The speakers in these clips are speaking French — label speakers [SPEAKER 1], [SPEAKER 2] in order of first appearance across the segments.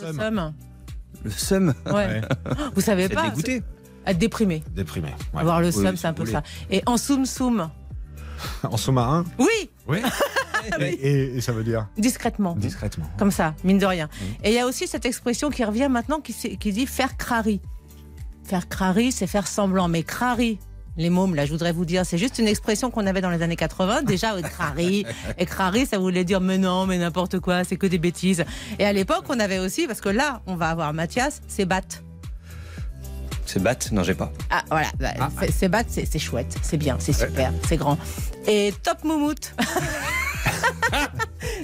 [SPEAKER 1] le
[SPEAKER 2] somme.
[SPEAKER 1] somme.
[SPEAKER 3] Le seum
[SPEAKER 1] Ouais. Vous savez
[SPEAKER 3] C'est
[SPEAKER 1] pas
[SPEAKER 3] dégoûté.
[SPEAKER 1] Être déprimé.
[SPEAKER 2] Déprimé. ouais.
[SPEAKER 1] Avoir le
[SPEAKER 3] Oui,
[SPEAKER 1] somme,
[SPEAKER 3] si
[SPEAKER 1] c'est un
[SPEAKER 3] vous
[SPEAKER 1] peu
[SPEAKER 3] voulez.
[SPEAKER 1] ça. Et en soum soum.
[SPEAKER 2] En sous-marin
[SPEAKER 1] Oui,
[SPEAKER 2] Oui.
[SPEAKER 1] Ah
[SPEAKER 2] et, et- et ça veut dire
[SPEAKER 1] discrètement.
[SPEAKER 2] Discrètement.
[SPEAKER 1] Comme ça, mine de rien. Et il y a aussi cette expression qui revient maintenant qui, c'est- qui dit faire crari. Faire crari, c'est faire semblant. Mais crari, les mômes, là, je voudrais vous dire, c'est juste une expression qu'on avait dans les années 80. Déjà, euh, crari. Et crari, ça voulait dire mais non, mais n'importe quoi, c'est que des bêtises. Et à l'époque, on avait aussi, parce que là, on va avoir Mathias, c'est batte.
[SPEAKER 3] C'est batte Non, j'ai pas.
[SPEAKER 1] Ah, voilà. bah, c'est- C'est bat, c'est c'est chouette, c'est bien, c'est super, c'est grand. Et top moumoute.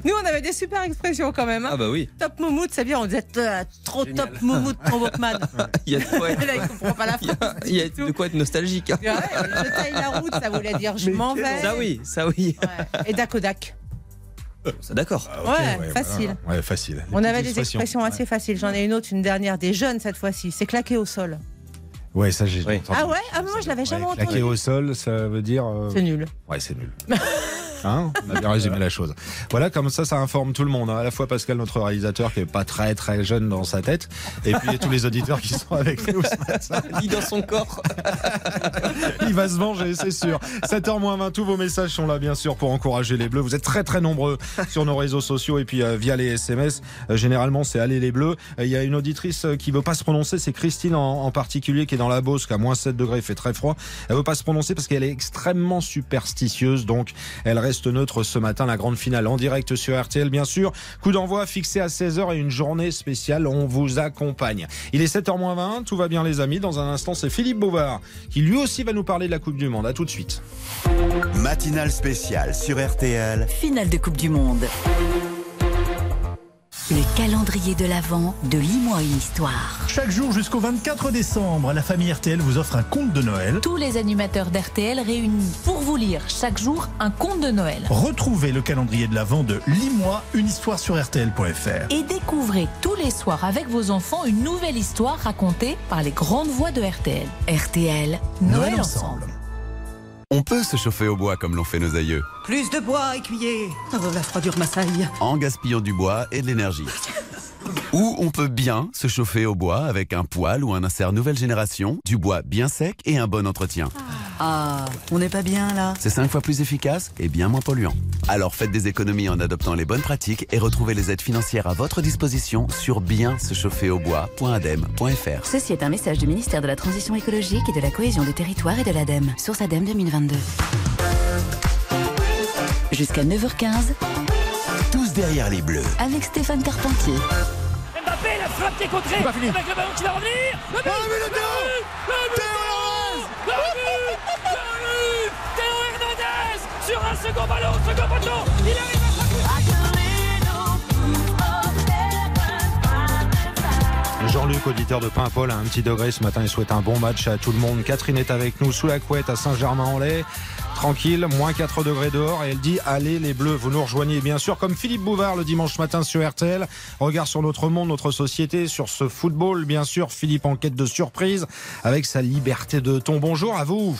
[SPEAKER 1] Nous, on avait des super expressions quand même. hein.
[SPEAKER 3] Ah bah oui.
[SPEAKER 1] Top moumoute, c'est bien, on disait euh, trop
[SPEAKER 3] Génial.
[SPEAKER 1] top moumoute, trop Walkman.
[SPEAKER 3] Il y a de quoi être,
[SPEAKER 1] Là, il comprend pas la
[SPEAKER 3] il y
[SPEAKER 1] phrase.
[SPEAKER 3] a- il y a de quoi être nostalgique. hein.
[SPEAKER 1] Ouais, je taille la route, ça voulait dire je
[SPEAKER 2] Mais
[SPEAKER 1] m'en
[SPEAKER 2] quel-
[SPEAKER 1] vais.
[SPEAKER 3] Ça oui, ça oui.
[SPEAKER 1] Ouais. Et dakodak.
[SPEAKER 3] Ça d'accord.
[SPEAKER 2] Ah,
[SPEAKER 1] Ouais, facile.
[SPEAKER 2] voilà. Ouais, facile. Les
[SPEAKER 1] On avait
[SPEAKER 2] petites
[SPEAKER 1] des expressions assez faciles. J'en ai une autre, une dernière, des jeunes cette fois-ci. C'est claquer au sol.
[SPEAKER 2] Ouais, ça j'ai
[SPEAKER 3] Oui.
[SPEAKER 2] entendu.
[SPEAKER 1] Ah ouais Ah, moi, je l'avais jamais
[SPEAKER 2] Ouais, claquer
[SPEAKER 1] entendu.
[SPEAKER 2] au sol, ça veut dire. euh,
[SPEAKER 1] C'est nul.
[SPEAKER 2] Ouais, c'est nul. Hein On a bien résumé la chose. Voilà, comme ça, ça informe tout le monde. hein. À la fois Pascal, notre réalisateur, qui est pas très très jeune dans sa tête, et puis tous les auditeurs qui sont avec nous ce matin.
[SPEAKER 3] Dit dans son corps.
[SPEAKER 2] Il va se venger, c'est sûr. 7h moins 20, tous vos messages sont là, bien sûr, pour encourager les Bleus. Vous êtes très très nombreux sur nos réseaux sociaux et puis euh, via les SMS. Euh, généralement, c'est Allez les Bleus. Euh, Il y a une auditrice euh, qui veut pas se prononcer, c'est Christine en, en particulier, qui est dans la Beauce, qui a moins 7 degrés, il fait très froid. Elle veut pas se prononcer parce qu'elle est extrêmement superstitieuse, donc elle reste neutre ce matin. La grande finale en direct sur RTL, bien sûr. Coup d'envoi fixé à 16h et une journée spéciale. On vous accompagne. Il est 7h moins 20, tout va bien les amis. Dans un instant, c'est Philippe Bouvard qui lui aussi va nous parler de la Coupe du Monde. À tout de suite.
[SPEAKER 4] Matinale spéciale sur RTL.
[SPEAKER 5] Finale de Coupe du Monde. Le calendrier de l'Avent de Lis-moi une histoire.
[SPEAKER 6] Chaque jour jusqu'au 24 décembre, la famille RTL vous offre un conte de Noël.
[SPEAKER 7] Tous les animateurs d'RTL réunis pour vous lire chaque jour un conte de Noël.
[SPEAKER 6] Retrouvez le calendrier de l'Avent de Lis-moi une histoire sur RTL.fr.
[SPEAKER 7] Et découvrez tous les soirs avec vos enfants une nouvelle histoire racontée par les grandes voix de RTL.
[SPEAKER 5] RTL,
[SPEAKER 7] Noël, ensemble.
[SPEAKER 4] On peut se chauffer au bois comme l'ont fait nos aïeux,
[SPEAKER 8] Plus de bois, écuyer Ça va la froidure ma saille.
[SPEAKER 4] en gaspillant du bois et de l'énergie. Ou on peut bien se chauffer au bois avec un poêle ou un insert nouvelle génération, du bois bien sec et un bon entretien.
[SPEAKER 8] Ah, on n'est pas bien là.
[SPEAKER 4] C'est 5 fois plus efficace et bien moins polluant. Alors faites des économies en adoptant les bonnes pratiques et retrouvez les aides financières à votre disposition sur bien se chauffer au E bois.adem.fr.
[SPEAKER 5] Ceci est un message du ministère de la Transition écologique et de la cohésion des territoires et de l'ADEME. Source E ADEME 2022. Jusqu'à 9h15
[SPEAKER 4] Tous derrière les bleus.
[SPEAKER 5] avec Stéphane Carpentier.
[SPEAKER 9] Mbappé, la frappe qui est contrée avec le ballon qui va revenir. Le but Le but Le but Le but Le but Théo Hernandez sur un second ballon, second ballon, il arrive à frapper
[SPEAKER 2] Jean-Luc, auditeur de Paimpol, à un petit degré ce matin, il souhaite un bon match à tout le monde. Catherine est avec nous sous la couette à Saint-Germain-en-Laye. Tranquille, moins 4 degrés dehors et elle dit Allez les bleus, vous nous rejoignez bien sûr comme Philippe Bouvard le dimanche matin sur RTL. Regard sur notre monde, notre société, sur ce football bien sûr. Philippe en quête de surprise avec sa liberté de ton. Bonjour à vous.